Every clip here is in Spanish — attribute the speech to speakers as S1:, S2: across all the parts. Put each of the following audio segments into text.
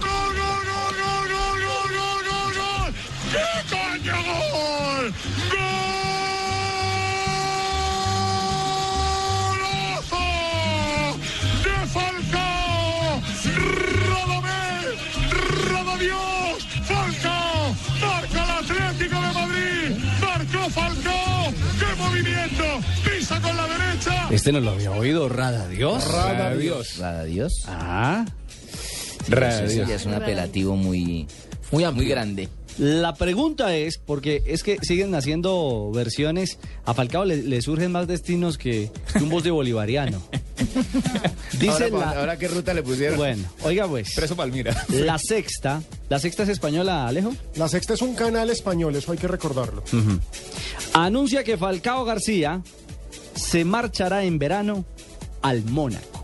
S1: gol, gol, gol, gol, gol, gol, gol, gol! ¡Qué coño gol! ¡Golazo de Falcao! ¡Rodomel! ¡Rododios! ¡Falcao! ¡Marca el Atlético de Madrid! ¡Marcó Falcao! ¡Qué movimiento! ¡Pisa con la derecha!
S2: Este no lo había oído, Rada Dios.
S3: Rada Dios.
S2: Ah. Rada
S3: Sí,
S2: Dios.
S3: es un apelativo muy, muy, muy grande.
S2: La pregunta es, porque es que siguen haciendo versiones, a Falcao le, le surgen más destinos que, que un voz de bolivariano. Dice
S4: ahora,
S2: la...
S4: ahora qué ruta le pusieron.
S2: Bueno, oiga pues,
S4: Preso Palmira.
S2: la sexta, la sexta es española, Alejo,
S5: La sexta es un canal español, eso hay que recordarlo.
S2: anuncia que Falcao García se marchará en verano al Mónaco.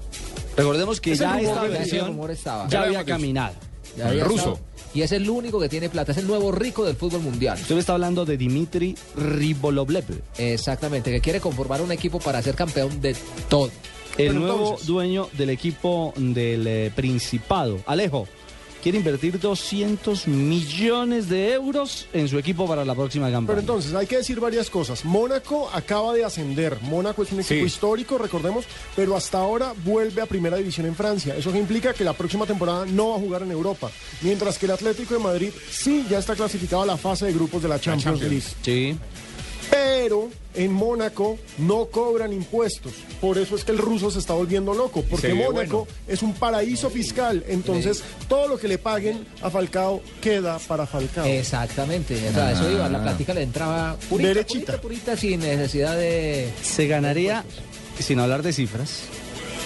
S2: Recordemos que
S3: Ese
S2: ya
S3: rumor
S2: esta
S3: que- ese
S2: versión
S3: rumor estaba. Ya
S2: ya
S3: lo
S2: había
S3: hemos dicho.
S2: caminado.
S3: El
S4: ruso.
S3: Y es el único que tiene plata, es el nuevo rico del fútbol mundial.
S2: Usted me está hablando de Dimitri Ribolovlev.
S3: Exactamente, que quiere conformar un equipo para ser campeón de todo.
S2: El
S5: Pero
S2: nuevo
S5: entonces-
S2: dueño del equipo del eh, Principado, Alejo, quiere invertir 200 millones de euros en su equipo para la próxima campaña.
S5: Pero entonces hay que decir varias cosas. Mónaco acaba de ascender. Mónaco es un equipo histórico, recordemos, pero hasta ahora vuelve a primera división en Francia. Eso que implica que la próxima temporada no va a jugar en Europa. Mientras que el Atlético de Madrid sí ya está clasificado a la fase de grupos de la Champions, League.
S2: Sí.
S5: Pero en Mónaco no cobran impuestos. Por eso es que el ruso se está volviendo loco. Porque Mónaco es un paraíso fiscal. Entonces todo lo que le paguen a Falcao queda para Falcao.
S3: Exactamente, o sea,
S2: Ah.
S3: eso iba, la plática le entraba purita,
S5: Derechita.
S3: purita, purita, sin necesidad de...
S2: Se ganaría, sin hablar de cifras,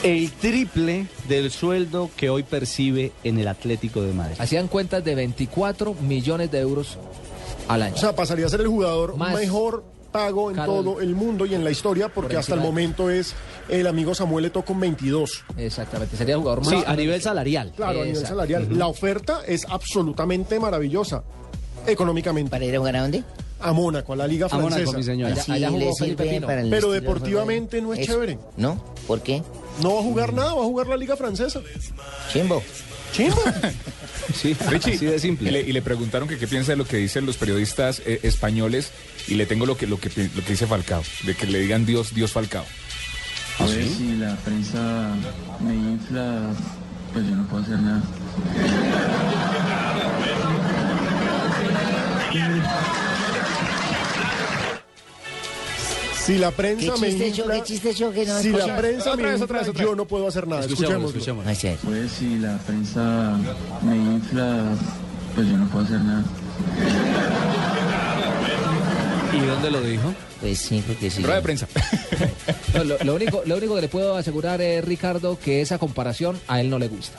S2: el triple del sueldo que hoy percibe en el Atlético de Madrid.
S3: Hacían cuentas de 24 millones de euros al año.
S5: O sea, pasaría a ser el jugador
S3: Más
S5: mejor pago en
S3: Carol.
S5: todo el mundo y en la historia, porque
S3: Por
S5: hasta el
S3: encima de-
S5: momento es el amigo Samuel Eto'o con 22.
S3: Exactamente, sería el jugador más...
S2: Sí, a nivel salarial. Eh,
S5: Claro, a nivel
S3: Exacto.
S5: salarial. La oferta es absolutamente maravillosa, económicamente.
S6: ¿Para ir a jugar a dónde?
S5: A Mónaco, a la Liga
S2: A Mónaco,
S5: Francesa.
S2: mi señora.
S3: Allá- allá jugó
S6: le
S3: Felipe
S6: sirve
S3: Pino.
S6: para el
S5: Pero
S6: estilo de juego.
S5: deportivamente no es chévere.
S6: ¿No? ¿Por qué?
S5: No va a jugar nada, va a jugar la Liga Francesa.
S6: Chimbo.
S5: Chimbo.
S2: Sí,
S7: Richie,
S2: así de simple.
S7: Y le, y le preguntaron que qué piensa de lo que dicen los periodistas eh, españoles y le tengo lo que, lo, que, pi- lo que dice Falcao, de que le digan Dios, Dios Falcao. ¿Ah,
S8: A ver si la prensa me infla, pues yo no puedo hacer nada.
S5: Si la
S6: ¿Qué
S5: prensa me
S6: chiste yo?
S5: infla,
S6: ¿Qué chiste yo? Que no
S5: si la
S6: escucho?
S5: prensa me infla, yo no puedo hacer nada.
S2: Escuchémoslo,
S5: Escuchémoslo.
S2: escuchémoslo.
S6: Ay, sí.
S8: Pues si la prensa me infla, pues yo no puedo hacer nada.
S2: ¿Y dónde lo dijo?
S6: Pues sí, porque sí.
S7: Rueda de prensa.
S3: No, lo, lo único, lo único que le puedo asegurar es, Ricardo, que esa comparación a él no le gusta.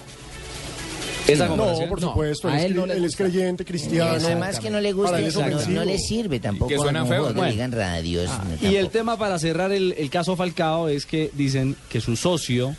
S2: Esa
S5: No,
S2: comparación.
S5: por
S3: No,
S5: supuesto.
S3: a
S5: él, es,
S3: él no
S5: cre-
S3: le
S5: él es
S3: gusta.
S5: creyente, cristiano.
S6: Además que no le gusta,
S5: Para él es
S6: no, no,
S5: ofensivo.
S6: le sirve tampoco.
S7: que suena
S6: a un
S7: feo,
S6: jugador que
S2: bueno.
S6: le digan radios.
S5: Ah,
S6: no,
S2: Y
S6: tampoco.
S2: el tema para cerrar el, el caso Falcao es que dicen que su socio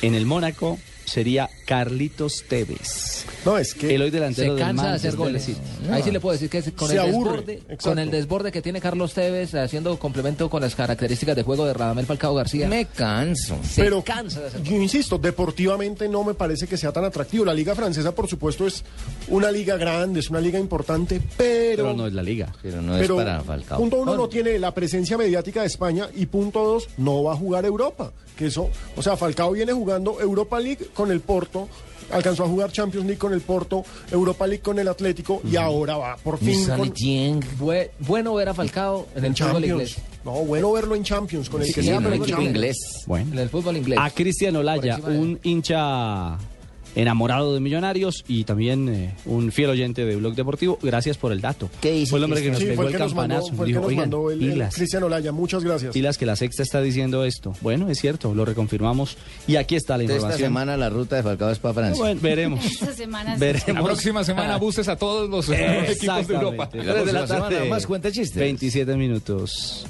S2: en el Mónaco sería Carlitos Tevez.
S5: No, es que...
S2: El hoy
S3: Se
S2: delantero del
S3: cansa de
S2: Manchester
S3: hacer goles.
S2: City.
S3: Ahí sí le puedo decir que es- con,
S5: Se
S3: el
S5: aburre,
S3: desborde,
S5: exacto.
S3: con el desborde que tiene Carlos Tevez, haciendo complemento con las características de juego de Radamel Falcao García.
S6: Me canso.
S3: se cansa de hacer
S5: yo insisto, deportivamente no me parece que sea tan atractivo. La liga francesa, por supuesto, es una liga grande, es una liga importante, pero...
S2: Pero no es la liga.
S6: Pero no
S5: pero,
S6: es para Falcao.
S5: punto uno, no tiene la presencia mediática de España y punto dos, no va a jugar Europa. Que eso, o sea, Falcao viene jugando Europa League con el Porto, alcanzó a jugar Champions League con el Porto, Europa League con el Atlético y ahora va por
S6: Mi
S5: fin
S6: Sonny
S5: con,
S6: Dieng.
S3: Fue bueno ver a Falcao en el fútbol
S5: Champions.
S3: inglés.
S5: No, bueno verlo en Champions con el que
S6: Sí,
S5: sea,
S6: en un
S5: pero en
S6: equipo
S5: Champions.
S6: inglés.
S2: Bueno.
S3: En el fútbol inglés.
S2: A Cristian Olaya,
S3: Por encima de-
S2: un hincha enamorado de Millonarios y también eh, un fiel oyente de Blog Deportivo. Gracias por el dato.
S6: ¿Qué dice
S2: Fue el hombre que nos
S5: Sí,
S2: pegó
S5: fue el
S2: el,
S5: que nos mandó,
S2: campanazo.
S5: fue el,
S2: Dijo,
S5: que nos
S2: "Oigan,
S5: mandó el- el
S2: pilas,
S5: Cristian Olaya. Muchas gracias.
S2: pilas que la sexta está diciendo esto. Bueno, es cierto, lo reconfirmamos. Y aquí está la
S6: Entonces,
S2: información.
S6: esta semana la ruta de Falcao es para Francia.
S2: Bueno, veremos.
S4: Esta semana sí.
S7: La
S2: veremos.
S7: próxima semana buses a todos los eh, equipos de Europa.
S2: Exactamente. Tres de la
S6: próxima semana,
S2: tarde.
S6: más cuenta chistes.
S2: 27 minutos.